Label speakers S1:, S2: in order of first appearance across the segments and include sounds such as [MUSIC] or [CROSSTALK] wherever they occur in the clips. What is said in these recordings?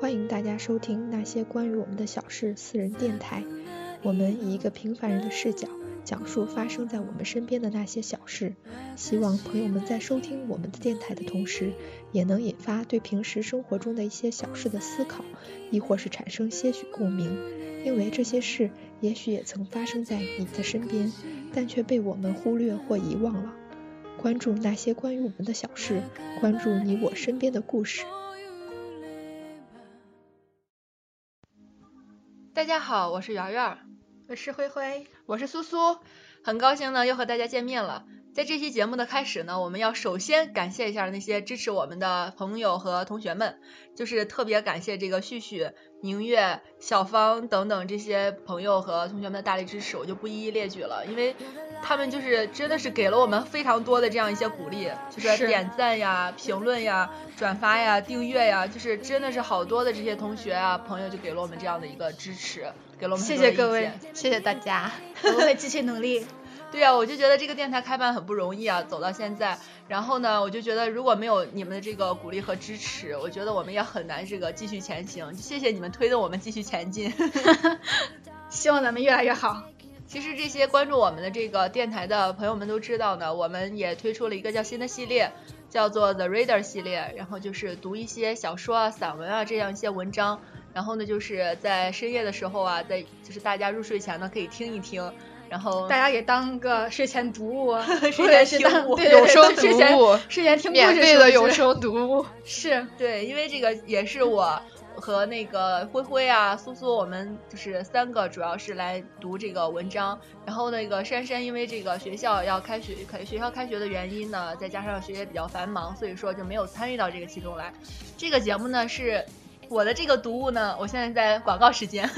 S1: 欢迎大家收听那些关于我们的小事私人电台。我们以一个平凡人的视角，讲述发生在我们身边的那些小事。希望朋友们在收听我们的电台的同时，也能引发对平时生活中的一些小事的思考，亦或是产生些许共鸣。因为这些事也许也曾发生在你的身边，但却被我们忽略或遗忘了。关注那些关于我们的小事，关注你我身边的故
S2: [LAUGHS]
S1: 事。
S3: 大家好，我是圆圆，
S1: 我是灰灰，
S3: 我是苏苏，很高兴呢又和大家见面了。在这期节目的开始呢，我们要首先感谢一下那些支持我们的朋友和同学们，就是特别感谢这个旭旭、宁月、小芳等等这些朋友和同学们的大力支持，我就不一一列举了，因为他们就是真的是给了我们非常多的这样一些鼓励，就是
S1: 是
S3: 点赞呀、评论呀、转发呀、订阅呀，就是真的是好多的这些同学啊朋友就给了我们这样的一个支持，给了我们很
S4: 谢
S3: 多的
S4: 谢
S3: 意
S4: 各位
S3: 见，
S4: 谢谢大家，我们会继续努 [LAUGHS] 力。
S3: 对呀、我就觉得这个电台开办很不容易啊，走到现在。然后呢，我就觉得如果没有你们的这个鼓励和支持，我觉得我们也很难这个继续前行。谢谢你们推动我们继续前进。
S4: 希望咱们越来越好。
S3: 其实这些关注我们的这个电台的朋友们都知道呢，我们也推出了一个叫新的系列，叫做 The Reader 系列，然后就是读一些小说啊、散文啊这样一些文章，然后呢就是在深夜的时候啊，在就是大家入睡前呢可以听一听，然后
S4: 大家也当个睡前读物 [LAUGHS] 啊，
S3: [LAUGHS] 睡前
S4: 或者是当
S3: 听物
S4: 对
S2: 有声
S4: 当睡前
S2: 读物
S4: 睡 [LAUGHS] 前听故事
S2: 免费的
S4: 是不
S2: 有
S4: 是
S2: 声读
S4: [LAUGHS]
S2: 物，
S4: 是
S3: 对，因为这个也是我和那个灰灰啊、苏苏，我们就是三个主要是来读这个文章。然后那个珊珊，因为这个学校要开学，可学校开学的原因呢，再加上学业比较繁忙，所以说就没有参与到这个其中来。这个节目呢是我的这个读物呢，我现在在广告时间。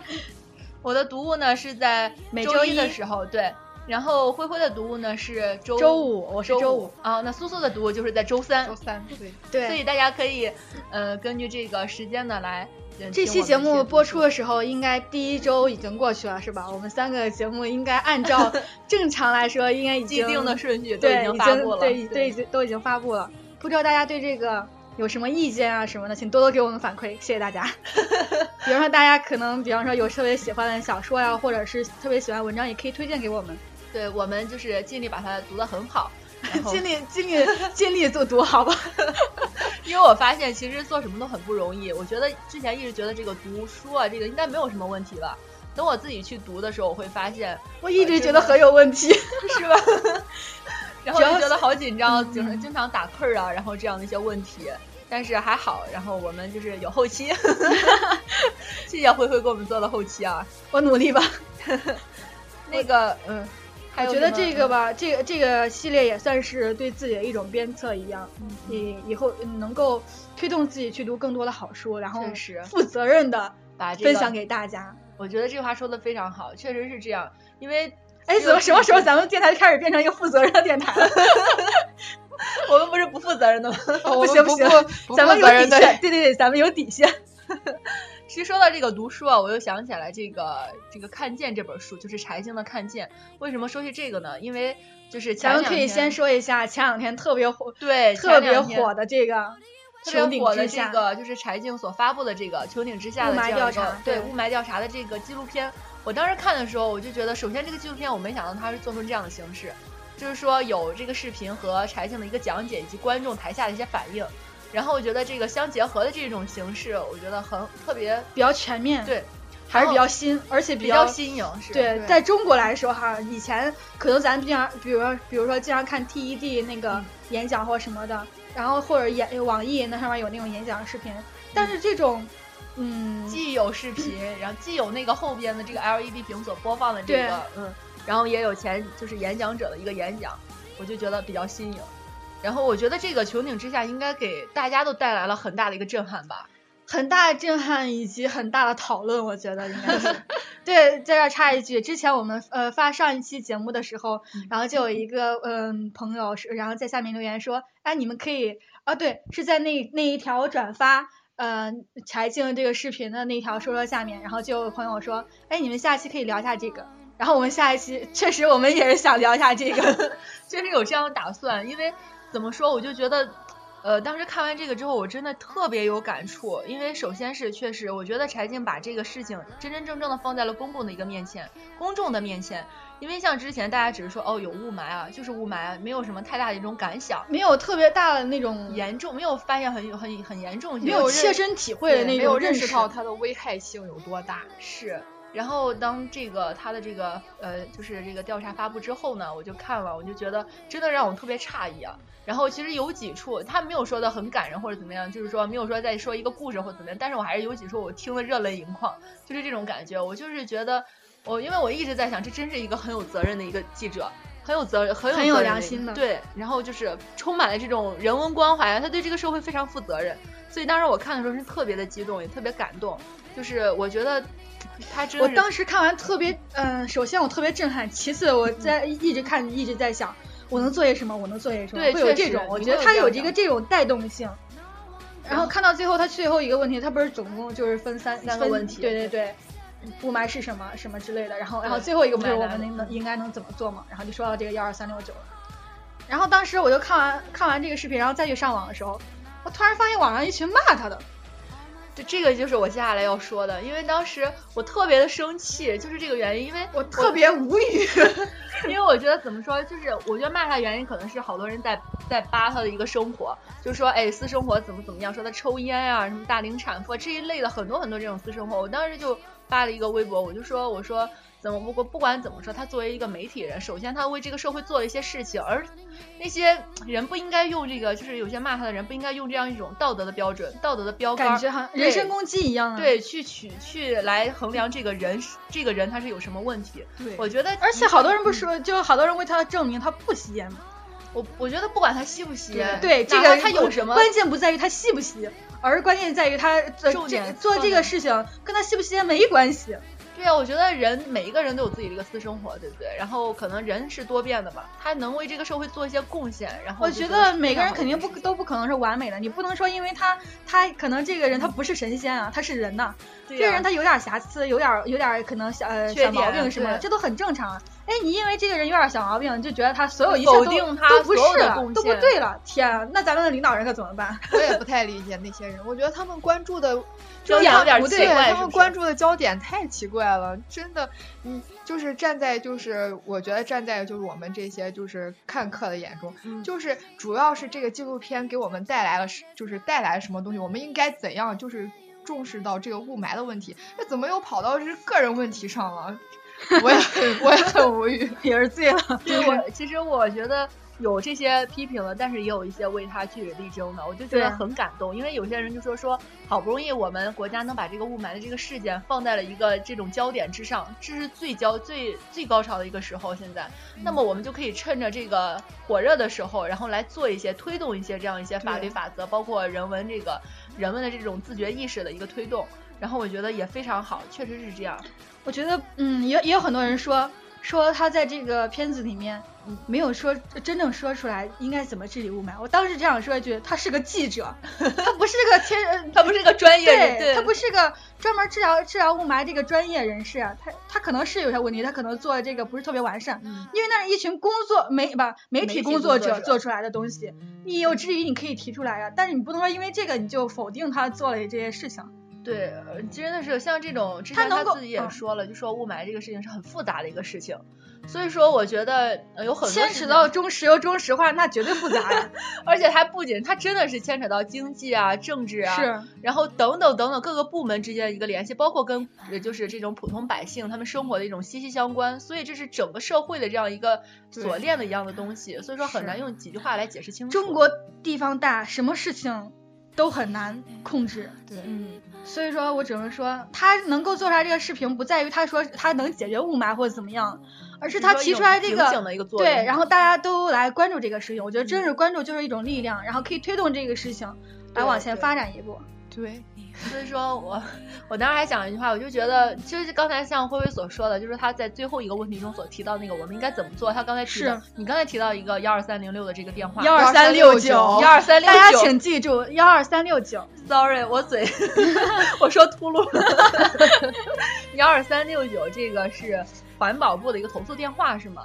S3: [LAUGHS] 我的读物呢是在
S4: 每
S3: 周
S4: 周
S3: 一的
S4: 一
S3: 时候，对。然后灰灰的读物呢是周
S4: 周五，我是
S3: 周
S4: 周五，
S3: 啊，那苏苏的读物就是在周三，
S2: 三对，
S3: 所以
S4: 对。
S3: 大家可以呃根据这个时间呢来。呃
S4: 这
S3: 听
S4: 期
S3: 我
S4: 节
S3: 们一些
S4: 目
S3: 读
S4: 播
S3: 书
S4: 出的时候，应该第一周已经过去了，是吧？我们三个节目应该按 [LAUGHS] 照正常来说，应该已
S3: 既
S4: 经
S3: 定的顺序都已
S4: 对，
S3: 经发布了，
S4: 对，已对，已经都已经发布了。不知道大家对这个有什么意见啊什么的，请多多给我们反馈，谢谢
S3: [LAUGHS]
S4: 大家。比方说大家可能，比方说有特别喜欢的小说呀、或者是特别喜欢文章，也可以推荐给我们，
S3: 对我们就是尽力把它读得很
S4: [LAUGHS]
S3: 好。然后
S4: 尽力尽力尽力做
S3: [LAUGHS]
S4: 读，好吧？
S3: 因为我发现其实做什么都很不容易。我觉得之前一直觉得这个读书啊，这个应该没有什么问题吧。等我自己去读的时候，我会发
S4: [LAUGHS]
S3: 现，
S4: 我一直觉得很有问题， [LAUGHS]
S3: 是吧？ [LAUGHS] 然后
S4: 主要
S3: 就觉
S4: 是
S3: 得好紧张，经常
S4: 嗯
S3: 经常打喷儿啊，然后这样的一些问题。但是还好，然后我们就是有后
S4: [LAUGHS]
S3: 期，谢谢灰灰给我们做的后期啊。
S4: 我努力吧。
S3: 那个，嗯，还
S4: 我
S3: 有
S4: 觉得
S3: 什么
S4: 这个，吧，这个这个系列也算是对自己的一种鞭策一样，
S3: 嗯
S4: 以以后能够推动自己去读更多的好书，然后
S3: 确实
S4: 负责任的
S3: 把这个
S4: 分享。给大家。
S3: 我觉得这话说的非常好，确实是这样，因为
S4: 哎，怎么什么时候咱们电台开始变成一个负责任的电台了？
S3: 我们不是不负责任的吗？
S2: 我 [LAUGHS]
S4: 行哦不
S2: 们不
S4: 行
S2: 负不
S4: 咱们
S2: 负
S4: 有
S2: 责任
S4: 底
S2: 的
S4: 线，对 [LAUGHS] 对对，咱们有底线。 [LAUGHS]
S3: 其实说到这个读书啊，我又想起来这个这个《看见》这本书，就是柴静的《看见》。为什么说起这个呢？因为就是前
S4: 咱们
S3: 两
S4: 可以
S3: 天
S4: 先说一下前两天特别火、
S3: 对
S4: 特
S3: 前
S4: 别
S3: 两天
S4: 火的这个
S3: 特
S4: 穹
S3: 别
S4: 顶
S3: 火的
S4: 之
S3: 这
S4: 下，
S3: 个就是柴静所发布的这个《穹顶之下》的
S4: 雾霾
S3: 这样一
S4: 调
S3: 个
S4: 查
S3: 对
S4: 对
S3: 雾霾调查的这个纪录片。我当时看的时候，我就觉得，首先这个纪录片我没想到它是做成这样的形式，就是说有这个视频和柴静的一个讲解，以及观众台下的一些反应。然后我觉得这个相结合的这种形式，我觉得很特别，
S4: 比较全面，
S3: 对，
S4: 还
S3: 然
S4: 是
S3: 后
S4: 比较新，而且
S3: 比
S4: 较
S3: 较。新颖，是
S4: 对，
S2: 对
S4: 在中国来说哈，以前可能咱们经常，比如比如说经常看 TED 那
S3: 嗯
S4: 个演讲或什么的，然后或者演网易那上面有那种演讲视频，但是这种，嗯，
S3: 既有视频，然后既有那个后边的这个 LED 屏所播放的这
S4: 对
S3: 个，嗯，然后也有前就是演讲者的一个演讲，我就觉得比较新颖。然后我觉得这个穹顶之下应该给大家都带来了很大的一个震撼吧。
S4: 很大的震撼以及很大的讨论，我觉得应该是。对，在这儿插一句，之前我们呃发上一期节目的时候，然后就有一个嗯朋友是，然后在下面留言说，哎，你们可以啊，对，是在那那一条转发。呃，柴静这个视频的那条说说下面，然后就有朋友说，哎，你们下期可以聊一下这个。然后我们下一期确实我们也是想聊一下这个，
S3: 确实有这样的打算，因为怎么说，我就觉得呃，当时看完这个之后，我真的特别有感触，因为首先是确实，我觉得柴静把这个事情真真正正的放在了公共的一个面前，公众的面前。因为像之前大家只是说哦有雾霾啊，就是雾霾，没有什么太大的一种感想，
S4: 没有特别大的那种，
S3: 严重没有发现很很很严重，
S4: 没有切身体会的
S2: 对
S4: 那种
S2: 没有
S4: 认
S2: 认识
S4: 识
S2: 到它的危害性有多大。
S3: 是。然后当这个他的这个呃，就是这个调查发布之后呢，我就看了，我就觉得真的让我特别诧异啊。然后其实有几处他没有说的很感人或者怎么样，就是说没有说再说一个故事或怎么样，但是我还是有几处我听了热泪盈眶，就是这种感觉。我就是觉得我因为我一直在想，这真是一个很有责任的一个记者。很有责任，很有
S4: 很有
S3: 责任
S4: 良
S3: 一个
S4: 心的
S3: 对，然后就是充满了这种人文关怀啊，他对这个社会非常负责任，所以当时我看的时候是特别的激动，也特别感动，就是我觉得他真
S4: 我
S3: 是
S4: 当时看完特别，嗯、首先我特别震撼，其次我在一直看，一直在想，我能做些什么，我能做些什
S3: 嗯
S4: 么，
S3: 对
S4: 会有
S3: 确
S4: 这
S3: 实
S4: 种，我
S3: 你
S4: 觉
S3: 会
S4: 得
S3: 有
S4: 他
S3: 这
S4: 有
S3: 样
S4: 一
S3: 的
S4: 个这种带动性。然后看到最后，他最后一个问题，他不是总共就是分三
S3: 三个
S4: 分
S3: 问题
S4: 对对对，雾霾是什么什么之类的。然后然后
S3: 对
S4: 最后一个不
S3: 雾
S4: 是
S3: 霾
S4: 我
S3: 来
S4: 们
S3: 了
S4: 能能
S3: 嗯
S4: 应该能怎么做嘛？然后就说到这个幺二三六九了。然后当时我就看完看完这个视频，然后再去上网的时候，我突然发现网上一群骂他的，
S3: 对这个就是我接下来要说的，因为当时我特别的生气，就是这个原因，因为
S4: 我特别
S3: [LAUGHS]
S4: 无语。 [LAUGHS]
S3: 因为我觉得怎么说，就是我觉得骂他的原因可能是好多人在在扒他的一个生活，就说哎私生活怎么怎么样，说他抽烟啊，什么大龄产妇啊这一类的很多很多这种私生活。我当时就发了一个微博，我就说我说怎么不过不管怎么说，他作为一个媒体人，首先他为这个社会做了一些事情，而那些人不应该用这个，就是有些骂他的人不应该用这样一种道德的标准、道德的标杆儿，
S4: 感觉好像人
S3: 对
S4: 身攻击一样啊！
S3: 对，去取去来衡量这个人是这个人他是有什么问题。
S2: 对
S3: 我觉得，
S4: 而且好多人不
S3: 嗯
S4: 说，就好多人为他证明他不吸烟嘛。
S3: 我我觉得不管他吸不吸烟，
S4: 对，这
S3: 哪
S4: 个
S3: 怕他有什么，
S4: 关键不在于他吸不吸，而关键在于他做
S3: 重
S4: 这
S3: 点
S4: 做
S3: 放
S4: 这
S3: 在
S4: 个事情跟他吸不吸烟没关系。
S3: 对啊，我觉得人每一个人都有自己的一个私生活，对不对？然后可能人是多变的吧，他能为这个社会做一些贡献，然后
S4: 我
S3: 就
S4: 觉
S3: 是
S4: 得
S3: 非
S4: 每个
S3: 常
S4: 人
S3: 好的
S4: 肯
S3: 一
S4: 定
S3: 件
S4: 不
S3: 事情
S4: 都不可能是完美的，你不能说因为他他可能这个人他不是神仙啊，他是人呐、
S3: 嗯对
S4: 这个
S3: 啊
S4: 人他有点瑕疵，有点有点可能小呃
S3: 缺
S4: 小毛
S3: 点
S4: 病什么的，
S3: 对
S4: 这都很正常啊。哎，你因为这个人有点小毛病，就觉得他所有一切
S3: 否
S4: 都
S3: 定他
S4: 都不
S3: 所有
S4: 是
S3: 的
S4: 了，
S3: 贡
S4: 都不
S3: 献
S4: 对了。天啊，那咱们的领导人可怎么办？ [LAUGHS]
S2: 我也不太理解那些人，我觉得他们关注的
S3: 有
S2: 点
S3: 点有点
S2: 不
S3: 奇
S2: 对，
S3: 怪是
S2: 他们
S3: 不是
S2: 关注的焦点太奇怪了，真的，嗯，就是站在就是我觉得站在就是我们这些就是看客的眼中，
S3: 嗯
S2: 就是主要是这个纪录片给我们带来了是就是带来了什么东西，我们应该怎样就是重视到这个雾霾的问题，那怎么又跑到是个人问题上了？ [LAUGHS] 我也很我也很无语。
S4: 也是醉了。
S3: 对我，其实我觉得有这些批评了，但是也有一些为他据理力争的，我就觉
S4: 对
S3: 得
S4: 啊
S3: 很感动。因为有些人就说说，好不容易我们国家能把这个雾霾的这个事件放在了一个这种焦点之上，这是最焦最最高潮的一个时候。现在，
S4: 嗯
S3: 那么我们就可以趁着这个火热的时候，然后来做一些推动一些这样一些法律
S2: 对
S3: 法则，包括人文这个人文的这种自觉意识的一个推动。然后我觉得也非常好，确实是这样。
S4: 我觉得，嗯，也也有很多人说说他在这个片子里面
S3: 嗯
S4: 没有说真正说出来应该怎么治理雾霾。我当时只想说一句，他是个记者，他不是个天，呃
S3: 他不是个专业人，
S4: 对他不是个专门治疗治疗雾霾这个专业人士啊，他他可能是有些问题，他可能做这个不是特别完善，
S3: 嗯
S4: 因为那是一群工作媒不媒
S3: 媒体
S4: 体工作
S3: 工作
S4: 者
S3: 者嗯
S4: 做出来的东西，你有质疑你可以提出来啊，但是你不能说因为这个你就否定他做了这些事情。
S3: 对，呃真的是像这种，之
S4: 他
S3: 前
S4: 能
S3: 他
S4: 够
S3: 自己也
S4: 嗯
S3: 说了，就说雾霾这个事情是很复杂的一个事情，所以说我觉得呃有很多
S4: 牵
S3: 事
S4: 扯
S3: 情
S4: 到中石油、中石化，那绝对复杂
S3: [LAUGHS]
S4: 呀。
S3: 而且它不仅它真的是牵扯到经济啊、政治啊，
S4: 是，
S3: 然后等等等等各个部门之间的一个联系，包括跟呃就是这种普通百姓他们生活的一种息息相关，所以这是整个社会的这样一个锁
S2: 对
S3: 链的一样的东西，所以说很
S2: 是
S3: 难用几句话来解释清楚。
S4: 中国地方大，什么事情都很难控制。
S2: 对，
S3: 嗯，
S4: 所以说我只能说，他能够做出来这个视频，不在于他说他能解决雾霾或者怎么样，而是他
S3: 就是说
S4: 提
S3: 有
S4: 出来这
S3: 警醒
S4: 个。
S3: 的一个作用，
S4: 对，然后大家都来关注这个事情，我觉得真是关注就是一种力量，然后可以推动这个事情来
S3: 对
S4: 往前
S3: 对
S4: 发展一步。
S2: 对，
S3: 所以说我我当时还讲一句话，我就觉得就是刚才像辉辉所说的，就是他在最后一个问题中所提到那个我们应该怎么做。他刚才提到
S4: 是
S3: 你刚才提到一个幺二三零六的这个电话，
S4: 二三
S2: 12369
S3: 幺二三六
S4: 大家
S3: 九
S4: 请记住幺二三六九，
S3: ，sorry，我嘴 [LAUGHS] 我说秃噜了，幺二三六九这个是环保部的一个投诉电话是吗？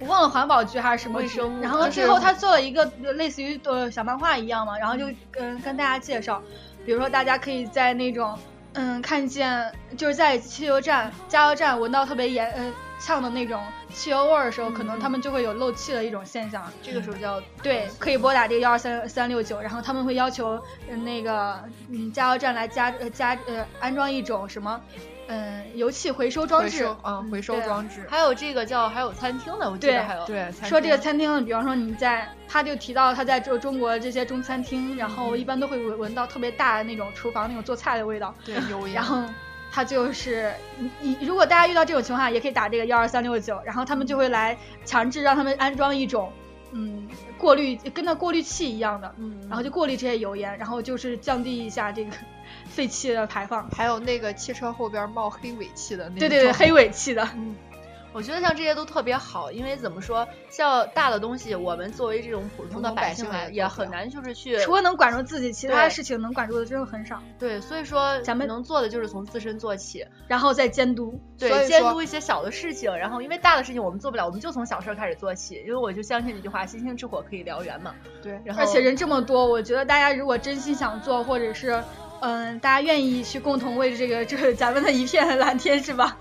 S4: 我忘了环保局还是什么
S3: 卫
S4: 局
S3: 生，
S4: 然
S3: 部
S4: 后
S2: 就是
S4: 最后他做了一个类似于呃小漫画一样嘛，然后就跟跟大家介绍，比如说大家可以在那种嗯看见就是在汽油站、加油站闻到特别严呃呛的那种汽油味儿的时候，
S2: 嗯
S4: 可能他们就会有漏气的一种现象。
S3: 这个时候叫
S4: 对，可以拨打这个幺二三三六九，然后他们会要求、呃、那个嗯加油站来加呃加呃安装一种什么嗯、油气回收装
S2: 回
S4: 置
S2: 收，嗯，回收
S4: 对啊
S2: 装置，
S3: 还有这个叫还有餐厅的，我记
S4: 对
S3: 得还有
S2: 对，
S4: 说这个餐厅，比方说你在，他就提到他在中中国这些中餐厅，然后一般都会闻闻到特别大的那种厨房那种做菜的味道，
S2: 对油烟，
S4: 然后他就是你你如果大家遇到这种情况，也可以打这个幺二三六九，然后他们就会来强制让他们安装一种嗯过滤跟那过滤器一样的，
S3: 嗯，
S4: 然后就过滤这些油烟，然后就是降低一下这个 [LAUGHS] 废气的排放，
S2: 还有那个汽车后边冒黑尾气的那
S4: 对对对，
S2: 种
S4: 黑尾气的，
S3: 我觉得像这些都特别好，因为怎么说，像大的东西，我们作为这种普通的
S2: 普通百
S3: 姓
S2: 姓来
S3: 来，
S2: 做
S3: 也
S2: 不
S3: 很
S2: 了
S3: 难就是去
S4: 除了能管住自己，其他
S3: 对
S4: 事情能管住的真的很少，
S3: 对，所以说
S4: 咱们
S3: 能做的就是从自身做起，
S4: 然后再监督。
S2: 所
S3: 对，
S2: 以
S3: 监
S2: 说
S3: 督一些小的事情，然后因为大的事情我们做不了，我们就从小事儿开始做起，因为我就相信这句话，星星之火可以燎原嘛。
S2: 对，
S3: 然后，
S4: 而且人这么多，我觉得大家如果真心想做，或者是嗯，大家愿意去共同为这个这个咱们的一片蓝天是吧？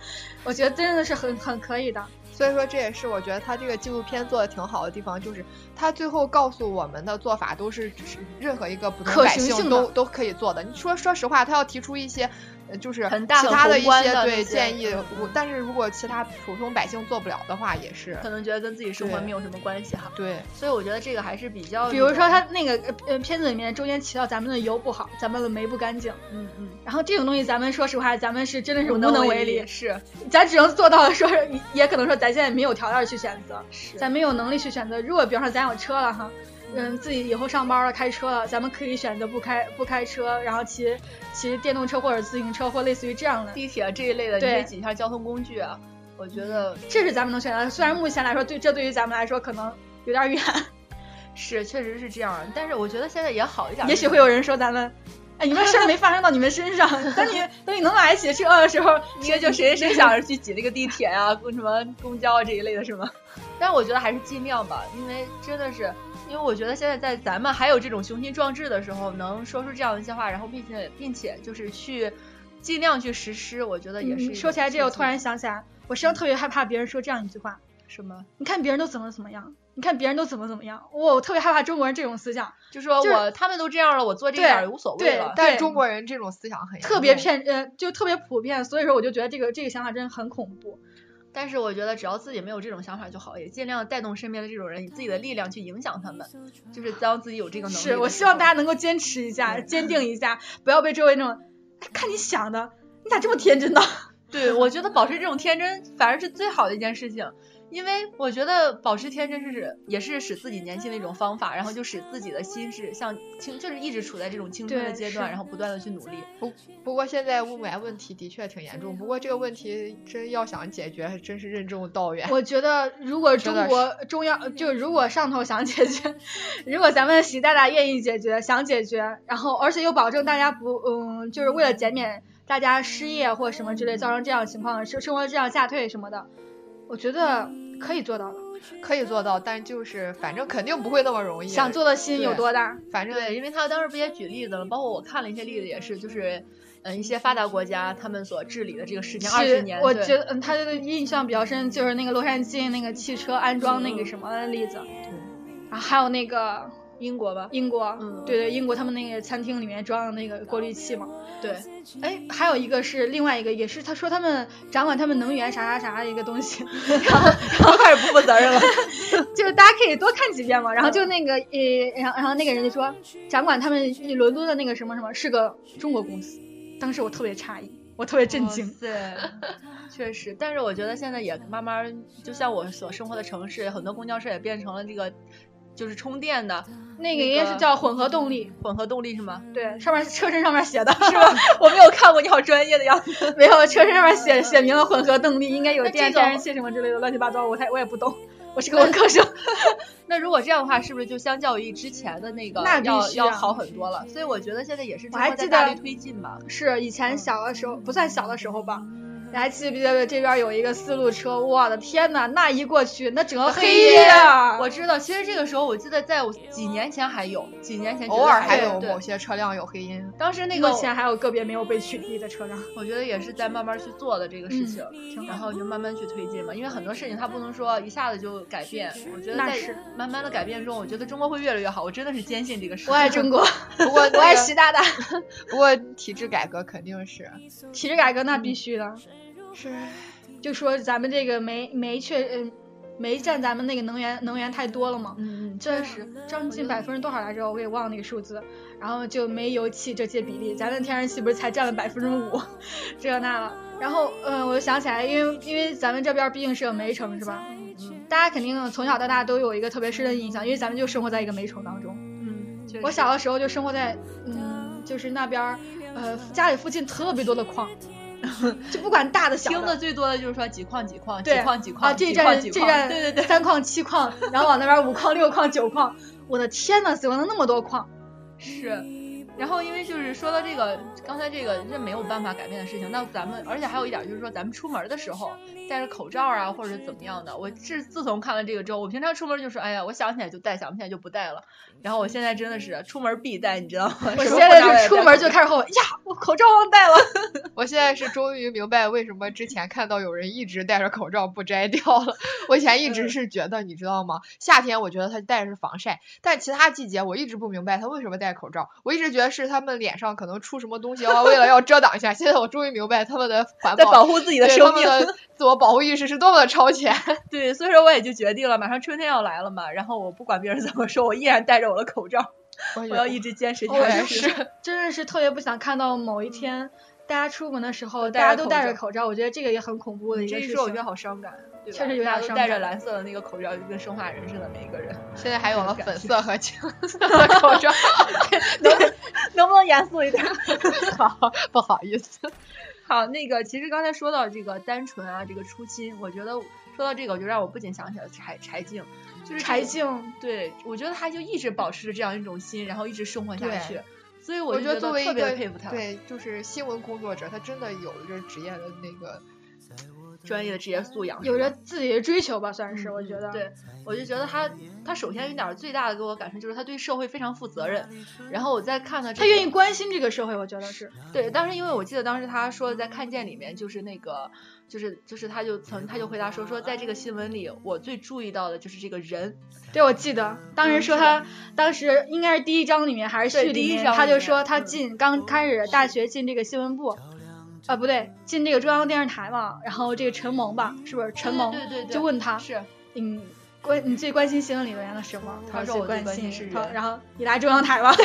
S4: 我觉得真的是很很可以的。
S2: 所以说这也是我觉得他这个纪录片做的挺好的地方，就是他最后告诉我们的做法都是就是任何一个普通
S4: 可
S2: 百
S4: 行性的
S2: 姓都都可以做的。你说说实话，他要提出一些。呃就是
S3: 很大
S2: 其
S3: 很
S2: 他的
S3: 宏
S2: 一
S3: 观
S2: 些
S3: 的那
S2: 对
S3: 些
S2: 建议
S3: 嗯，
S2: 我但是如果其他普通百姓做不了的话，也是
S3: 可能觉得跟自己生活
S2: 对
S3: 没有什么关系哈，
S2: 对
S3: 所以我觉得这个还是比较，
S4: 比如说他，那个呃呃片子里面中间提到咱们的油不好，咱们的煤不干净，
S3: 嗯嗯，
S4: 然后这种东西咱们说实话，咱们是真的是
S3: 无
S4: 无能
S3: 为
S4: 力，
S3: 是
S4: 咱只能做到说， [LAUGHS] 也可能说咱现在没有条件去选择，
S3: 是，
S4: 咱没有能力去选择。如果比方说咱有车了哈，嗯，自己以后上班了开车了，咱们可以选择不开不开车，然后骑骑电动车或者自行车或类似于这样的，
S3: 地铁这一类的，你
S4: 对
S3: 这几项交通工具啊，我觉得
S4: 这是咱们能选择的。虽然目前来说，对这对于咱们来说可能有
S3: [LAUGHS]
S4: 点远，
S3: 是确实是这样，但是我觉得现在也好一点，
S4: 也许会有人说咱们。哎，你们事儿没发生到你们
S3: [LAUGHS]
S4: 身上，等你等你能买起车的时候，
S3: 谁就谁谁想着去挤那个地铁啊，公什么公交啊这一类的是吗？但是我觉得还是尽量吧，因为真的是，因为我觉得现在在咱们还有这种雄心壮志的时候，能说出这样一些话，然后并且并且就是去尽量去实施，我觉得 [LAUGHS] 也是一种自己、
S4: 嗯说起来这个，我突然想起来，我实际上特别害怕别人说这样一句话：
S3: 什么，
S4: 你看别人都怎么怎么样，你看别人都怎么怎么样。我我特别害怕中国人这种思想，
S3: 就说我、
S4: 就是
S3: 他们都这样了，我做这一
S4: 对
S3: 点儿也无所谓
S4: 对
S3: 了。
S2: 但是
S4: 对
S2: 中国人这种思想很严
S4: 特
S3: 嗯
S4: 别
S2: 重
S4: 骗，呃，就特别普遍，所以说我就觉得这个这个想法真的很恐怖。
S3: 但是我觉得只要自己没有这种想法就好，也尽量带动身边的这种人，以自己的力量去影响他们，就是当自己有这个能力的哦时
S4: 是
S3: 候。
S4: 我希望大家能够坚持一下，坚定一下，不要被周围那种，哎，看你想的，你咋这么天真呢？ [LAUGHS]
S3: 对，我觉得保持这种天真反而是最好的一件事情，因为我觉得保持天真是也是使自己年轻的一种方法，然后就使自己的心是像青，就是一直处在这种青春的
S4: 对
S3: 阶段，
S4: 是
S3: 然后不断的去努力。
S2: 不过现在雾霾问题的确挺严重，不过这个问题真要想解决，还真是任重道远。
S4: 我觉得如果
S2: 真
S4: 中
S2: 的
S4: 国中央就如果上头想解
S3: 嗯
S4: 决， [LAUGHS] 如果咱们习大大愿意解决，想解决，然后而且又保证大家不，嗯，就是为了减免大家失业或什么之类造成这样的情况，生生活质量下退什么的，我觉得可以做到的。
S2: 可以做到，但就是反正肯定不会那么容易。
S4: 想，做的心有多大？
S2: 反正
S3: 对，因为他当时不也举例子了，包括我看了一些例子，也是就是。嗯，一些发达国家他们所治理的这个十年、二十
S4: 是
S3: 年，，
S4: 我
S3: 对
S4: 觉得嗯，他的印象比较深就是那个洛杉矶那个汽车安装那个什么的例子，啊，还有那个
S3: 英国吧，
S4: 英国，
S3: 嗯
S4: 对对，英国他们那个餐厅里面装的那个过滤器嘛，
S3: 对，
S4: 哎，还有一个是另外一个，也是他说他们掌管他们能源啥啥啥的一个东
S3: [LAUGHS]
S4: 西，然后
S3: 都开始不负责任了。
S4: [LAUGHS] 就是大家可以多看几遍嘛。然后就那个呃，然后然后那个人就说，掌管他们伦敦的那个什么什么是个中国公司，当时我特别诧异，我特别震
S3: 哇
S4: 惊。
S3: 塞，确实，但是我觉得现在也慢慢，就像我所生活的城市，很多公交车也变成了这个，就是充电的
S4: 那个应该是叫混合动力，
S3: 混合动力是吗？
S4: 对，上面车身上面写的是
S3: 吧？ [LAUGHS] 我没有看过，你好专业的样子。
S4: [LAUGHS] 没有，车身上面写写明了混合动力，应该有
S3: 那
S4: 电、
S3: 这种
S4: 天然气什么之类的乱七八糟，我才我也不懂，我是个文科生。
S3: 那如果这样的话，是不是就相较于之前的那个
S4: 那必
S3: 要
S4: 须啊
S3: 要好很多了？所以我觉得现在也是
S4: 我还
S3: 中国在
S4: 记得
S3: 大力推进吧。
S4: 是以前小的时候，不算小的时候吧，还记不记得这边有一个四路车？我的天呐，那一过去，那整个
S3: 黑
S4: 哦夜
S3: 夜
S4: 啊！
S3: 我知道，其实这个时候我记得在我几年前还有，几年前
S2: 偶尔还
S3: 绝对
S2: 有
S3: 对
S2: 某些车辆有黑音。
S3: [LAUGHS] 当时那
S4: 目
S3: 个
S4: 前还有个别没有被取缔的车辆。
S3: 我觉得也是在慢慢去做的这个事情，
S4: 嗯
S3: 然后就慢慢去推进嘛。因为很多事情它不能说一下子就改变，我觉得
S4: 那
S3: 在
S4: 是
S3: 慢慢的改变中，我觉得中国会越来越好。我真的是坚信这个事。
S4: 我爱中国，
S2: 不过、
S4: [LAUGHS] 我
S2: [LAUGHS]
S4: 爱习大大。
S2: 不过体制改革肯定
S3: [LAUGHS]
S2: 是
S4: 体制改革那必须的，
S2: 是
S4: 就说咱们这个煤煤确，嗯，煤占咱们那个能源能源太多了嘛，
S3: 嗯，嗯，
S4: 这
S3: 确实，
S4: 将近百分之多少来着？我给忘了那个数字。然后就煤油气这些比例，咱的天然气不是才占了百分之五， [LAUGHS] 这那了。然后，嗯，我就想起来，因为因为咱们这边毕竟是个煤城，是吧？大家肯定从小到大都有一个特别深的印象，因为咱们就生活在一个煤城当中。
S3: 嗯，确实
S4: 我小的时候就生活在，嗯，就是那边儿，呃，家里附近特别多的矿，就不管大的小
S3: 听
S4: 的
S3: 的最多的就是说几矿几矿几
S4: 对
S3: 矿几矿
S4: 啊，这一
S3: 几
S4: 站
S3: 矿
S4: 是
S3: 几
S4: 这
S3: 矿
S4: 一站
S3: 对对对，
S4: [LAUGHS] 三矿七矿，然后往那边五矿六矿九矿，我的天呐，怎么能那么多矿？
S3: 是。然后，因为就是说到这个，刚才这个这没有办法改变的事情，那咱们而且还有一点就是说，咱们出门的时候戴着口罩啊，或者怎么样的。我自自从看了这个之后，我平常出门就是，哎呀，我想起来就戴，想不起来就不戴了。然后我现在真的是啊出门必戴，你知道吗？
S4: [LAUGHS] 我
S3: 什
S4: 现
S3: 么
S4: 在
S3: 不戴我
S4: 就出
S3: 也戴
S4: 门就开始后悔呀，我口罩忘带了。
S2: 我现在是终于明白为什么之前看到有人一直戴着口罩不摘掉了。我以前一
S3: 嗯
S2: 直是觉得，你知道吗？夏天我觉得他戴的是防晒，但其他季节我一直不明白他为什么戴口罩。我一直觉得是他们脸上可能出什么东西，要为了要遮挡一下。现在我终于明白他们的环
S3: 在
S2: 保
S3: 保护自己的生
S2: 对
S3: 命。
S2: 他
S3: [LAUGHS]
S2: 们的自我保护意识是多么的超前。 [LAUGHS]
S3: 对，所以说我也就决定了，马上春天要来了嘛，然后我不管别人怎么说，我依然戴着我的口罩，
S4: 哎
S3: 我要一直坚持下
S2: 我也
S3: 去。
S2: 是，
S4: 真的哦是特别不想看到某一天大家出门的时候，
S3: 戴
S4: 大
S3: 着
S4: 家都戴
S3: 口
S4: 着
S3: 罩
S4: 口罩，我觉得这个也很恐怖的
S3: [LAUGHS]
S4: 一
S3: 这
S4: 个
S3: 一
S4: 事
S3: 说我觉得
S4: 情。
S3: 好伤感，啊对吧
S4: 确实有点
S3: 大家都
S4: 伤
S3: 戴着
S4: 感
S3: 蓝色的那个口罩，就跟生化人似的，每一个人。
S2: 现在还有了
S3: 这种感
S2: 粉
S3: 觉
S2: 色和青色的口罩。
S3: 能不能严肃一点？
S2: 好，不好意思。
S3: [LAUGHS] 好，那个其实刚才说到这个单纯啊，这个初心，我觉得说到这个，我就让我不禁想起了柴柴静，就是这
S4: 柴
S3: 个，
S4: 静，
S3: 对我觉得他就一直保持着这样一种心，然后一直生活下
S2: 对
S3: 去，所以
S2: [LAUGHS]
S3: 我
S2: 我
S3: 就
S2: 觉得作为一
S3: 特别
S2: 个
S3: 地佩服他，
S2: 对，就是新闻工作者，他真的有着职业的那个
S3: 专业的职业素养，
S4: 有着自己的追求吧，算是我觉得。
S3: 嗯对，我就觉得他，他首先一点最大的给我感受就是他对社会非常负责任。然后我在看他、这
S4: 他
S3: 个，
S4: 愿意关心这个社会，我觉得是。
S3: 对，当时因为我记得当时他说的在《看见》里面，就是那个，就是就是他就曾他就回答说说，在这个新闻里，我最注意到的就是这个人，
S4: 对，我记得当时说他，当时应该是第一章里面还是
S3: 对
S4: 序里
S3: 第一
S4: 面，
S3: 章
S4: 他
S3: 里
S4: 就
S3: 面
S4: 说他
S3: 嗯
S4: 进刚开始大学进这个新闻部，啊不对，进这个中央电视台嘛，然后这个陈萌吧，是不是陈萌
S3: 对对对对，
S4: 就问他，
S3: 是
S4: 嗯。关你最关心新闻里面的什么？
S3: 他说
S4: 最
S3: 我最
S4: 关
S3: 关
S4: 心
S3: 心是
S4: 他
S3: 人
S4: 然后你来中央
S3: [LAUGHS]
S4: 台吧，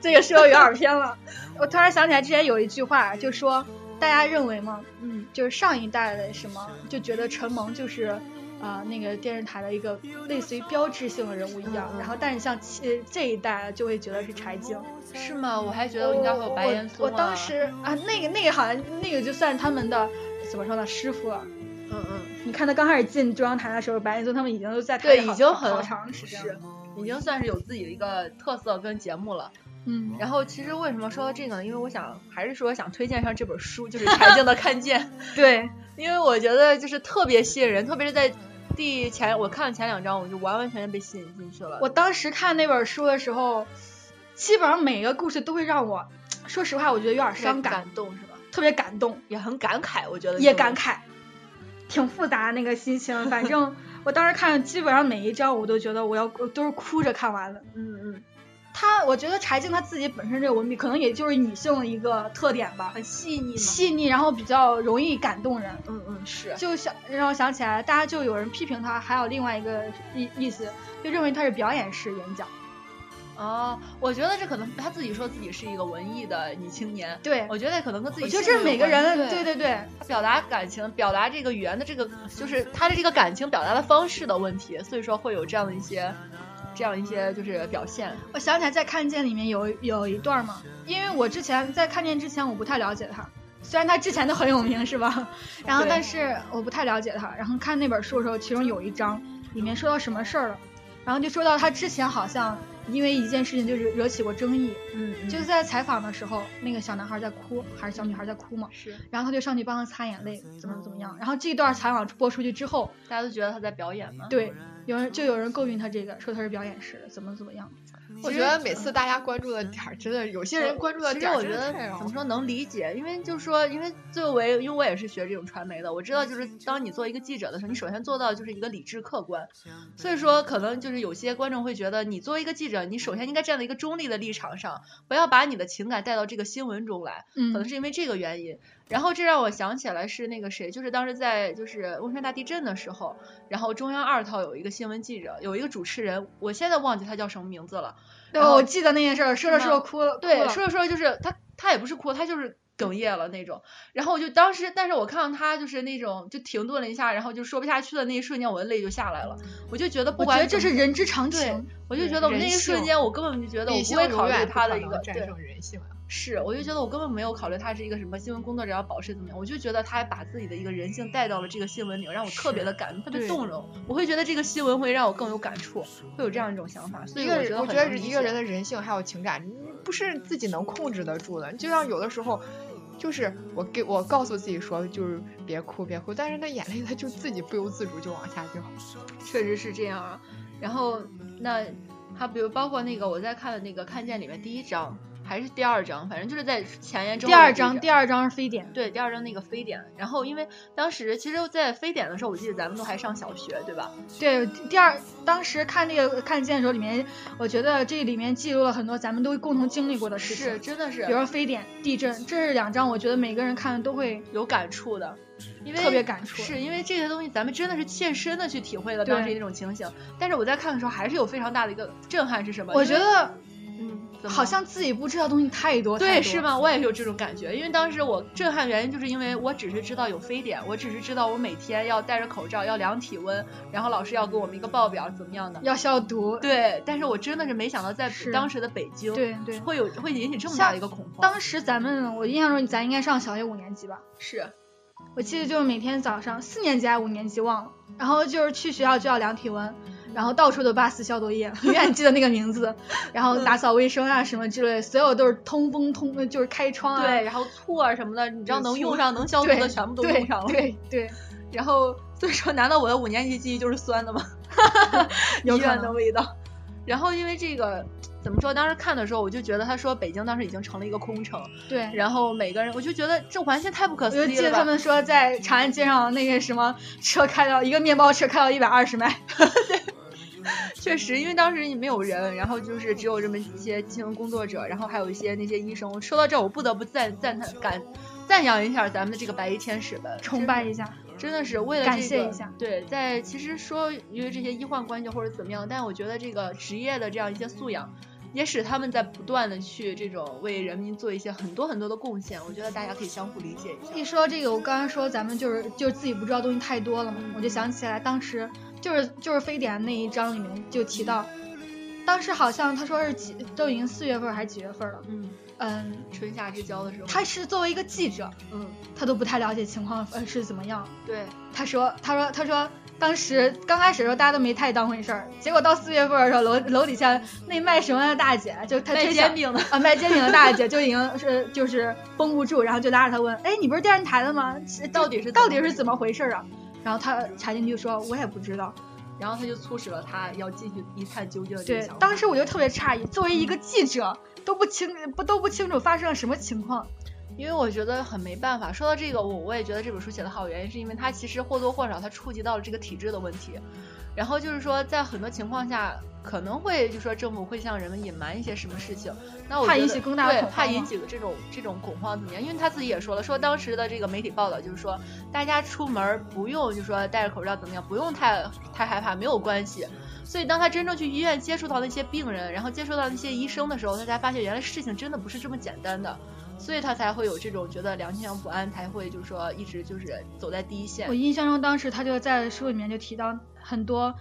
S4: 这个说有点偏了。我突然想起来之前有一句话，就说大家认为吗？
S3: 嗯，
S4: 就是上一代的什么，就觉得陈萌就是，呃，那个电视台的一个类似于标志性的人物一样。
S3: 嗯
S4: 然后，但是像其这一代就会觉得是柴静。
S3: 是吗？我还觉得应该会有白
S4: 我
S3: 岩松、
S4: 我当，时啊，那个那个好像那个就算是他们的怎么说呢，师傅了。
S3: 嗯嗯，
S4: 你看他刚开始进中央台的时候，白岩松他们已经都在台
S3: 对
S4: 里好
S3: 已经
S4: 好好
S3: 很
S4: 长时间了。
S3: 已经算是有自己的一个特色跟节目了。
S4: 嗯，
S3: 然后其实为什么说到这个呢？因为我想还是说想推荐上这本书，就是柴静的《看见》。 [LAUGHS]
S4: 对，
S3: 因为我觉得就是特别吸引人，特别是在第前我看了前两章，我就完完全全被吸引进去了。
S4: 我当时看那本书的时候，基本上每个故事都会让我，说实话，我觉得有点
S3: 特别
S4: 伤感，
S3: 感动是吧？
S4: 特别感动。
S3: 也很感慨，我觉得
S4: 也感。慨，挺复杂那个心情。反正我当时看，基本上每一章我都觉得我要我都是哭着看完的。
S3: 嗯嗯，
S4: 她，我觉得柴静她自己本身这个文笔，可能也就是女性的一个特点吧，
S3: 很细腻嘛。
S4: 细腻，然后比较容易感动人。
S3: 嗯嗯是。
S4: 就想让我想起来，大家就有人批评她，还有另外一个意意思，就认为她是表演式演讲。
S3: 哦，我觉得这可能他自己说自己是一个文艺的女青年，
S4: 对，
S3: 我觉得可能哦跟自己
S4: 我觉得
S3: 性
S4: 这
S3: 格
S4: 是
S3: 有
S4: 每个
S3: 关
S4: 人，
S3: 对
S4: 对对对，
S3: 表达感情、表达这个语言的这个，就是他的这个感情表达的方式的问题，所以说会有这样的一些，这样一些就是表现。
S4: 我想起来在《看见》里面有有一段嘛，因为我之前在《看见》之前我不太了解他，虽然他之前都很有名是吧？然后
S3: 对
S4: 但是我不太了解他，然后看那本书的时候，其中有一章里面说到什么事儿了，然后就说到他之前好像因为一件事情就是惹起过争议。
S3: 嗯，
S4: 就在采访的时候，那个小男孩在哭，还是小女孩在哭嘛，
S3: 是
S4: 然后他就上去帮他擦眼泪，怎么怎么样。然后这段采访播出去之后，
S3: 大家都觉得他在表演嘛。
S4: 对，有人就有人诟病他这个，说他是表演师，怎么怎么样。
S2: 我觉得每次大家关注的点儿，真的有些
S3: 呃
S2: 人关注的
S3: 其实
S2: 点儿嗯
S3: 我
S2: 真
S3: 觉
S2: 的
S3: 得
S2: 太让
S3: 怎么
S2: 人
S3: 说能理解，因为就是说，因为作为因为我也是学这种传媒的，我知道就是当你做一个记者的时候，你首先做到就是一个理智客观，所以说可能就是有些观众会觉得你作为一个记者，你首先应该站在一个中立的立场上，不要把你的情感带到这个新闻中来，
S4: 嗯
S3: 可能是因为这个原因。然后这让我想起来是那个谁，就是当时在就是汶川大地震的时候，然后中央二套有一个新闻记者，有一个主持人，我现在忘记他叫什么名字了。
S4: 对，
S3: 然后
S4: 我记得那件事儿，说着嗯说着哭了，哭
S3: 对，
S2: 嗯
S4: 了
S3: 说着说着就是他，他也不是哭，他就是哽咽了那种。然后我就当时，但是我看到他就是那种就停顿了一下，然后就说不下去的那一瞬间，我的泪就下来
S2: 嗯
S3: 了。我就觉得不
S4: 我觉
S3: 管
S4: 得这
S3: 怎
S4: 是
S3: 么，
S4: 人之常
S3: 对
S4: 情。
S3: 我就
S2: 对
S3: 觉得我那
S2: 人
S3: 一瞬
S2: 性
S3: 间，我根本就觉得我
S2: 理
S3: 不
S2: 性
S3: 会
S2: 永
S3: 考虑
S2: 远不
S3: 他
S2: 可
S3: 的一
S2: 能
S3: 个
S2: 战
S3: 对
S2: 胜人性啊。
S3: 是，我就觉得我根本没有考虑他是一个什么新闻工作者要保持怎么样，我就觉得他把自己的一个人性带到了这个新闻里，让我特别的感动，特别
S4: 对
S3: 动容。我会觉得这个新闻会让我更有感触，会有这样一种想法，所
S2: 一
S3: 以
S2: 个
S3: 我
S2: 人，
S3: 觉得
S2: 我
S3: 很
S2: 觉得
S3: 能理
S2: 一个
S3: 解
S2: 人的人性还有情感，你不是自己能控制得住的。就像有的时候，就是我给我告诉自己说，就是别哭，别哭，但是那眼泪它就自己不由自主就往下掉。
S3: 确实是这样啊。然后那他比如包括那个我在看的那个《看见》里面第一章还是第二章，反正就是在前言中
S4: 第二章，第二章是非典。
S3: 对第二章那个非典。然后因为当时其实，在非典的时候，我记得咱们都还上小学，对吧？
S4: 对，第二，当时看这个看见的时候，里面我觉得这里面记录了很多咱们都共同经历过的事情，
S3: 是，真的是
S4: 比如说非典、地震，这是两张我觉得每个人看都会
S3: 有感触的，因为
S4: 特别感触。
S3: 是因为这些东西，咱们真的是切身的去体会了当时
S4: 对
S3: 那种情形。但是我在看的时候，还是有非常大的一个震撼是什么？
S4: 我
S3: 因
S4: 觉
S3: 为
S4: 得
S3: 嗯，怎么
S4: 好
S3: 了
S4: 像自己不知道东西太多，太
S3: 对，
S4: 多
S3: 是？吗？我也有这种感觉，因为当时我震撼原因就是因为我只是知道有非典，我只是知道我每天要戴着口罩，要量体温，然后老师要给我们一个报表，怎么样的。
S4: 要消毒。
S3: 对，但是我真的是没想到在
S4: 是
S3: 当时的北京，
S4: 对对，
S3: 会有会引起这么大的一个恐慌。
S4: 当时咱们我印象中咱应该上小学五年级吧，
S3: 是
S4: 我记得就是每天早上四年级还是五年级忘了，然后就是去学校就要量体温，然后到处都八四消毒液，永远记得那个名字，
S3: 嗯
S4: 然后打扫卫生啊什么之类，所有都是通风通，呃就是开窗啊，
S3: 对，然后醋啊什么的，你知道
S4: 对
S3: 能
S4: 醋
S3: 用上能消毒
S4: 对
S3: 的全部都
S4: 对
S3: 用上了。
S4: 对
S3: [LAUGHS]
S4: 对，
S3: 然后所以说，难道我的五年级记忆就是酸的吗？
S4: [LAUGHS] 有
S3: 医
S4: 可
S3: 院的
S4: 能
S3: 味道。然后因为这个怎么说，当时看的时候我就觉得他说北京当时已经成了一个空城，
S4: 对。
S3: 然后每个人我就觉得这完全太不可
S4: 我就
S3: 思议
S4: 记
S3: 了
S4: 得
S3: 吧。
S4: 他们说，在长安街上那个什么车开到一个面包车开到一百二十迈，
S3: 确实，因为当时也没有人，然后就是只有这么一些新闻工作者，然后还有一些那些医生。说到这儿，我不得不赞赞叹感赞扬一下咱们的这个白衣天使们，
S4: 崇拜一下。
S3: 真的是为了、这个、
S4: 感谢一下。
S3: 对，在其实说因为这些医患关系或者怎么样，但我觉得这个职业的这样一些素养，也使他们在不断的去这种为人民做一些很多很多的贡献。我觉得大家可以相互理解一
S4: 一
S3: 下。
S4: 说这个，我刚刚说咱们就是就是自己不知道东西太多了嘛，我就想起来当时就是就是非典那一章里面就提到，当时好像他说是几都已经四月份还是几月份了，
S3: 嗯，
S4: 嗯，
S3: 春夏之交的时候，
S4: 他是作为一个记者，
S3: 嗯，
S4: 他都不太了解情况呃是怎么样。
S3: 对，
S4: 他说他说他说当时刚开始的时候大家都没太当回事儿，结果到四月份的时候楼楼底下那卖什么的大姐就他
S3: 卖
S4: 推
S3: 煎
S4: 小
S3: 饼的，
S4: 啊，卖煎饼的大姐就已经是就是绷不住，然后就拉着他问：“哎，你不是电视台的吗？是
S3: 到底是
S4: 到
S3: 怎么
S4: 底
S3: 回
S4: 是
S3: 事
S4: 怎么回事儿啊？”然后他查进去说：“我也不知道。
S3: 然后他就促使了他要进去一探究竟的”这个
S4: 对
S3: 想，法。
S4: 当时我就特别诧异，作为一个记者，都不清不都不清楚发生了什么情况。
S3: 因为我觉得很没办法。说到这个，我我也觉得这本书写得好，原因是因为它其实或多或少它触及到了这个体制的问题。然后就是说，在很多情况下，可能会就说政府会向人们隐瞒一些什么事情，那我
S4: 怕
S3: 觉得
S4: 引起更大的
S3: 对
S4: 恐慌
S3: 怕
S4: 吗
S3: 引起这种这种恐慌怎么样？因为他自己也说了，说当时的这个媒体报道就是说，大家出门不用就说戴着口罩怎么样，不用太太害怕，没有关系。所以当他真正去医院接触到那些病人，然后接触到那些医生的时候，他才发现原来事情真的不是这么简单的，所以他才会有这种觉得良心上不安，才会就是说一直就是走在第一线
S4: 我。印象中，当时他就在书里面就提到很多。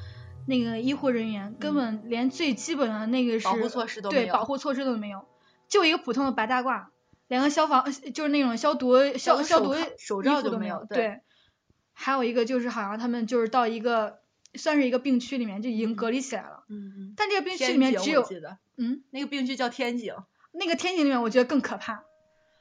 S4: 那个医护人员根本连最基本的那个是
S3: 保护措施都没
S4: 对
S3: 有
S4: 保嗯护措施都没有，就一个普通的白大褂，连个消防呃就是那种消毒
S3: 个
S4: 消消
S3: 手
S4: 毒
S3: 铐手
S4: 衣
S3: 罩
S4: 服
S3: 就
S4: 都
S3: 没
S4: 没
S3: 有对
S4: 对。还有一个就是好像他们就是到一个算是一个病区里面就已经隔离起来了。
S3: 嗯，
S4: 但这个病区
S3: 天
S4: 里面
S3: 井
S4: 只
S3: 我
S4: 有
S3: 记得
S4: 嗯，
S3: 那个病区叫天井，
S4: 那个天井里面，我觉得更可怕。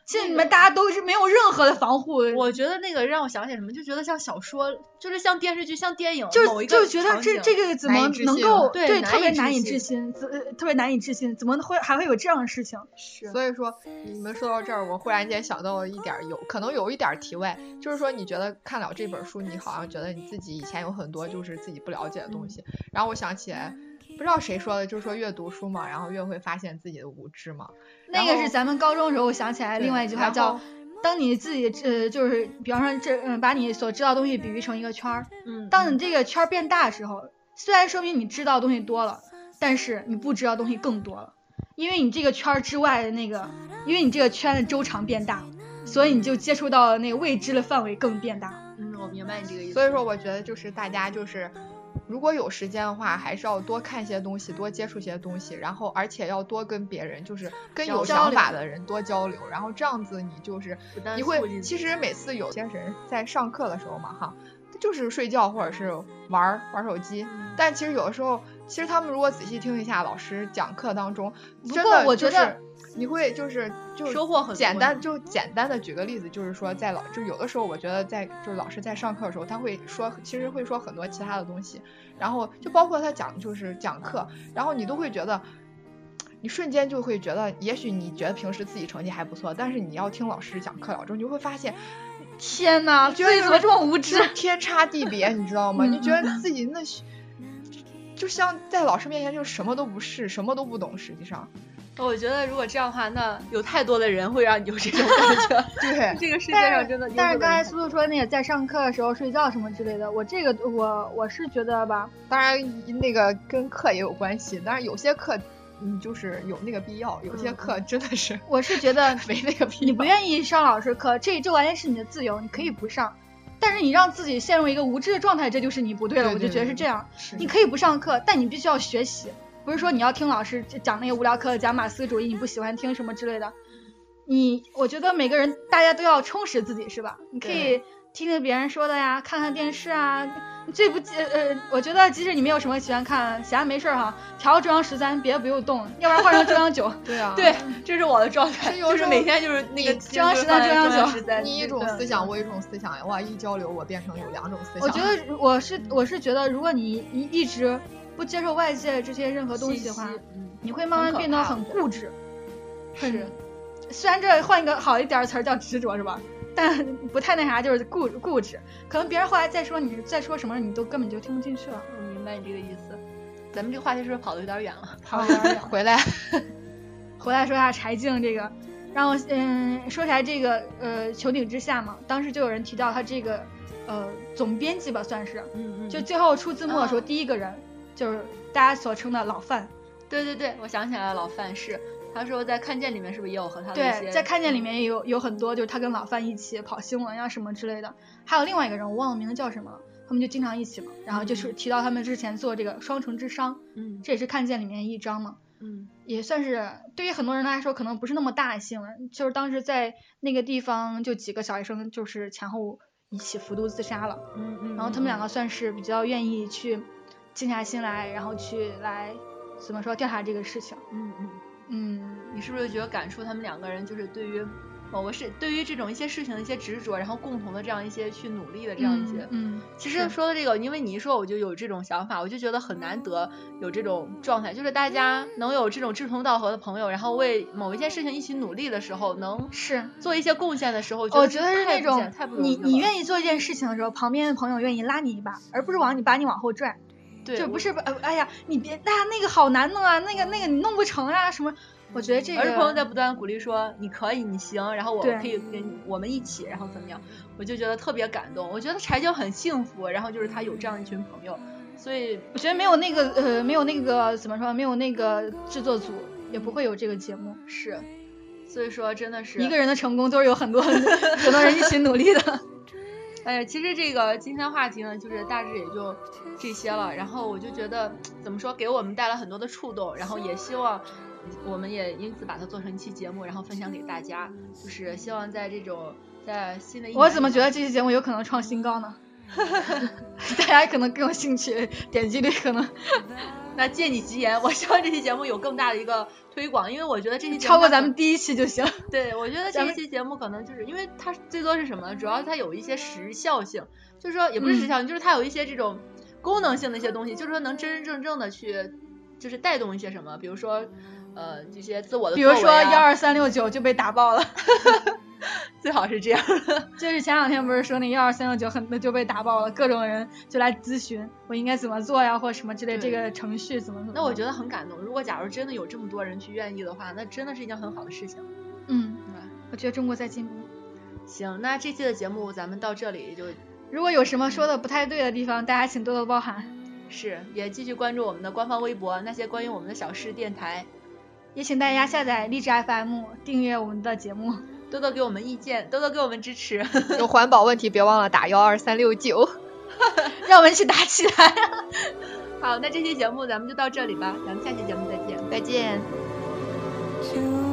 S4: 现在
S3: 那
S4: 里
S3: 个
S4: 面大家都是没有任何的防护，
S3: 我觉得那个让我想起什么，就觉得像小说，就是像电视剧、像电影某
S4: 就
S3: 一
S4: 就
S3: 个
S4: 觉得
S3: 场
S4: 这
S3: 景
S4: 这个怎
S2: 难
S4: 么
S2: 以置
S4: 能
S2: 信
S4: 够
S3: 对难
S4: 特
S3: 以
S4: 别
S3: 置
S4: 难以置
S3: 信
S4: 信，怎呃特别难以置信，怎么会还会有这样的事情？
S3: 是
S2: 所以说，你们说到这儿，我忽然间想到了一点儿有可能有一点儿题外，就是说，你觉得看了这本书，你好像觉得你自己以前有很多就是自己不了解的东西。然后我想起来，不知道谁说的，就是说越读书嘛，然后越会发现自己的无知嘛。
S4: 那
S2: 然
S4: 个是
S2: 后
S4: 咱们高中时候，我想起来
S2: 对
S4: 另外一句话
S2: 然
S4: 叫
S2: 后
S4: “当你自己呃就是比方说这嗯把你所知道的东西比喻成一个圈儿，
S3: 嗯，
S4: 当你这个圈儿变大的时候，虽然说明你知道的东西多了，但是你不知道的东西更多了，因为你这个圈儿之外的那个，因为你这个圈的周长变大，所以你就接触到的那个未知的范围更变大。
S3: 嗯，我明白你这个意思。
S2: 所以说，我觉得就是大家就是，如果有时间的话，还是要多看些东西，多接触些东西，然后而且要多跟别人，就是跟有
S4: 交
S2: 想
S4: 流
S2: 法的人多交流，然后这样子你就是
S3: 不但
S2: 你
S3: 促
S2: 会，
S3: 进
S2: 其实每次有些人在上课的时候嘛，哈，他就是睡觉或者是玩儿玩手机，
S4: 嗯
S2: 但其实有的时候，其实他们如果仔细听一下老师讲课当中，
S4: 不
S2: 真
S4: 过
S2: 的
S4: 我
S2: 就
S4: 觉得
S2: 是你会就是就
S3: 收获很多
S2: 简单就简单的举个例子，就是说在老就有的时候，我觉得在就是老师在上课的时候，他会说其实会说很多其他的东西，然后就包括他讲就是讲课，然后你都会觉得。你瞬间就会觉得，也许你觉得平时自己成绩还不错，但是你要听老师讲课了之后，你就会
S3: [LAUGHS]
S2: 发现
S4: 天哪，
S2: 觉得
S4: 自己
S2: 你
S4: 怎么这么无知
S2: 这？天差地别，你知道吗？
S4: 嗯
S2: 你觉得自己那学就像在老师面前就是什么都不是，什么都不懂，实际上
S3: 我觉得如果这样的话，那有太多的人会让你有这种感
S4: [LAUGHS]
S3: 觉。
S2: 对
S3: 这个世界
S4: 但
S3: 上真的
S4: 是
S3: 优秀的人太多，
S4: 但是刚才苏苏说那个在上课的时候睡觉什么之类的，我这个我我是觉得吧，
S2: 当然，那个跟课也有关系。当然，有些课你就是有那个必要，有些课真的是
S4: 我是觉得
S2: 没那个必
S4: 你不
S2: 要。
S4: 愿意上老师课，这这完全是你的自由，你可以不上。但是你让自己陷入一个无知的状态，这就是你不对了。
S2: 对
S4: 我就
S2: 对
S4: 觉得
S2: 对
S4: 是这样，
S2: 是
S4: 你可以不上课，但你必须要学习，不是说你要听老师讲那个无聊课，讲马克思主义，你不喜欢听什么之类的。你，我觉得每个人大家都要充实自己，是吧？你可以听听别人说的呀，看看电视啊。最不呃呃，我觉得即使你没有什么喜欢看，闲着没事儿哈，调中央十三，别的不用动，要不然换成中央
S3: [LAUGHS]
S4: 九。
S2: 对啊，
S3: 对，
S4: 嗯
S3: 这是我的状态，
S2: 是有
S3: 就
S2: 时
S3: 是
S2: 候
S3: 每天就是那个
S2: 你
S3: 精
S4: 中央
S3: 神
S4: 十三
S3: 放在
S4: 中央九
S3: 十三
S2: 你一
S3: 对
S2: 种
S3: 对
S2: 思想，我一种思想，哇，一交流我变成有两种思想。
S4: 我觉得如我是我是觉得，如果你一一直不接受外界这些任何东西的话
S3: 信，息嗯
S4: 你会慢
S3: 很
S4: 慢
S3: 可
S4: 变得
S3: 怕
S4: 很
S3: 的
S4: 固执。
S3: 是
S4: 很，虽然这换一个好一点的词儿叫执着是吧？但不太那啥，就是固固执。可能别人后来再说你再说什么，你都根本就听不进去了。
S3: 我嗯明白你这个意思。咱们这个话题是不是跑的有点远了？
S4: 好有点儿远
S2: [LAUGHS] 回来，
S4: [LAUGHS] 回来说一下柴静这个，让我嗯说起来这个呃穹顶之下嘛，当时就有人提到他这个呃总编辑吧算是，
S3: 嗯嗯
S4: 就最后出字幕的时候
S3: 哦
S4: 第一个人、就是大家所称的老范。
S3: 对对对，我想起来了，老范是他说在《看见》里面是不是也有和他的一
S4: 对，
S3: 些嗯
S4: 在看见里面也有有很多，就是他跟老范一起跑新闻呀、啊什么之类的。还有另外一个人，我忘了名字叫什么了，他们就经常一起嘛。然后就是提到他们之前做这个双重之殇，
S3: 嗯
S4: 这也是看见里面一章嘛，
S3: 嗯
S4: 也算是对于很多人来说可能不是那么大的新闻，就是当时在那个地方就几个小学生就是前后一起服毒自杀了，
S3: 嗯嗯，
S4: 然后他们两个算是比较愿意去静下心来，然后去来怎么说调查这个事情，
S3: 嗯嗯。
S4: 嗯。
S3: 你是不是觉得感触他们两个人就是对于某个事，对于这种一些事情的一些执着，然后共同的这样一些去努力的这样一些。
S4: 嗯，嗯
S3: 其实
S4: 是
S3: 说到这个，因为你一说我就有这种想法，我就觉得很难得有这种状态，就是大家能有这种志同道合的朋友，然后为某一件事情一起努力的时候，能
S4: 是
S3: 做一些贡献的时候，
S4: 哦我
S3: 觉
S4: 觉得是那
S3: 太不
S4: 种
S3: 简太不容
S4: 你
S3: 易
S4: 你
S3: 了
S4: 愿意做一件事情的时候，旁边的朋友愿意拉你一把，而不是往你把你往后拽，
S3: 对
S4: 就不是呃哎呀你别那、那个好难弄啊，那个那个你弄不成啊什么。我觉得这个
S3: 而是朋友在不断地鼓励说你可以，你行，然后我
S4: 对
S3: 可以跟你我们一起，然后怎么样，我就觉得特别感动。我觉得柴静很幸福，然后就是她有这样一群朋友，所以
S4: 我觉得没有那个呃没有那个怎么说没有那个制作组也不会有这个节目。
S3: 是，所以说真的是
S4: 一个人的成功都是有很多 [LAUGHS] 很多人一起努
S3: [LAUGHS]
S4: 力的。
S3: 哎呀，其实这个今天话题呢，就是大致也就这些了。然后我就觉得怎么说，给我们带来很多的触动，然后也希望我们也因此把它做成一期节目，然后分享给大家。就是希望在这种在新的一
S4: 我
S3: 年
S4: 怎么
S3: 里
S4: 觉得
S3: 面
S4: 这期节目有可能创新高呢？ [LAUGHS] 大家可能更有兴趣，点击率可能
S3: 那借你吉言，我希望这期节目有更大的一个推广，因为我觉得这期节目
S4: 超过咱们第一期就行。
S3: 对，我觉得
S4: 咱
S3: 这一
S4: 们
S3: 期节目可能就是因为它最多是什么呢？主要它有一些时效性，就是说也不是时效性，就是它有一些这种功能性的一些东西，就是说能真真正正的去就是带动一些什么，比如说呃这些自我的
S4: 比
S3: 作为
S4: 如
S3: 啊、
S4: 说幺
S3: [LAUGHS]
S4: 二三六九就被打爆了， [LAUGHS]
S3: 最好是这样，
S4: 就是前两天不是说那幺二三六九很就被打爆了，各种人就来咨询我应该怎么做呀，或什么之类，
S3: 对
S4: 这个程序怎么怎么。
S3: 那我觉得很感动。如果假如真的有这么多人去愿意的话，那真的是一件很好的事情。
S4: 得，嗯，
S3: 对吧
S4: 我觉得中国在进步。
S3: 行，那这期的节目咱们到这里就
S4: 如果有什么说的不太对的地方，大家请多多包涵，
S3: 是也继续关注我们的官方微博，那些关于我们的小事电台，
S4: 也请大家下载荔枝 FM，订阅我们的节目。
S3: 多多给我们意见，多多给我们支持。
S2: 有环保问题别忘了打幺二三六九。
S4: 让我们一起打起来。 [LAUGHS]
S3: 好，那这期节目咱们就到这里吧，咱们下期节目再见。
S2: 再见。
S5: To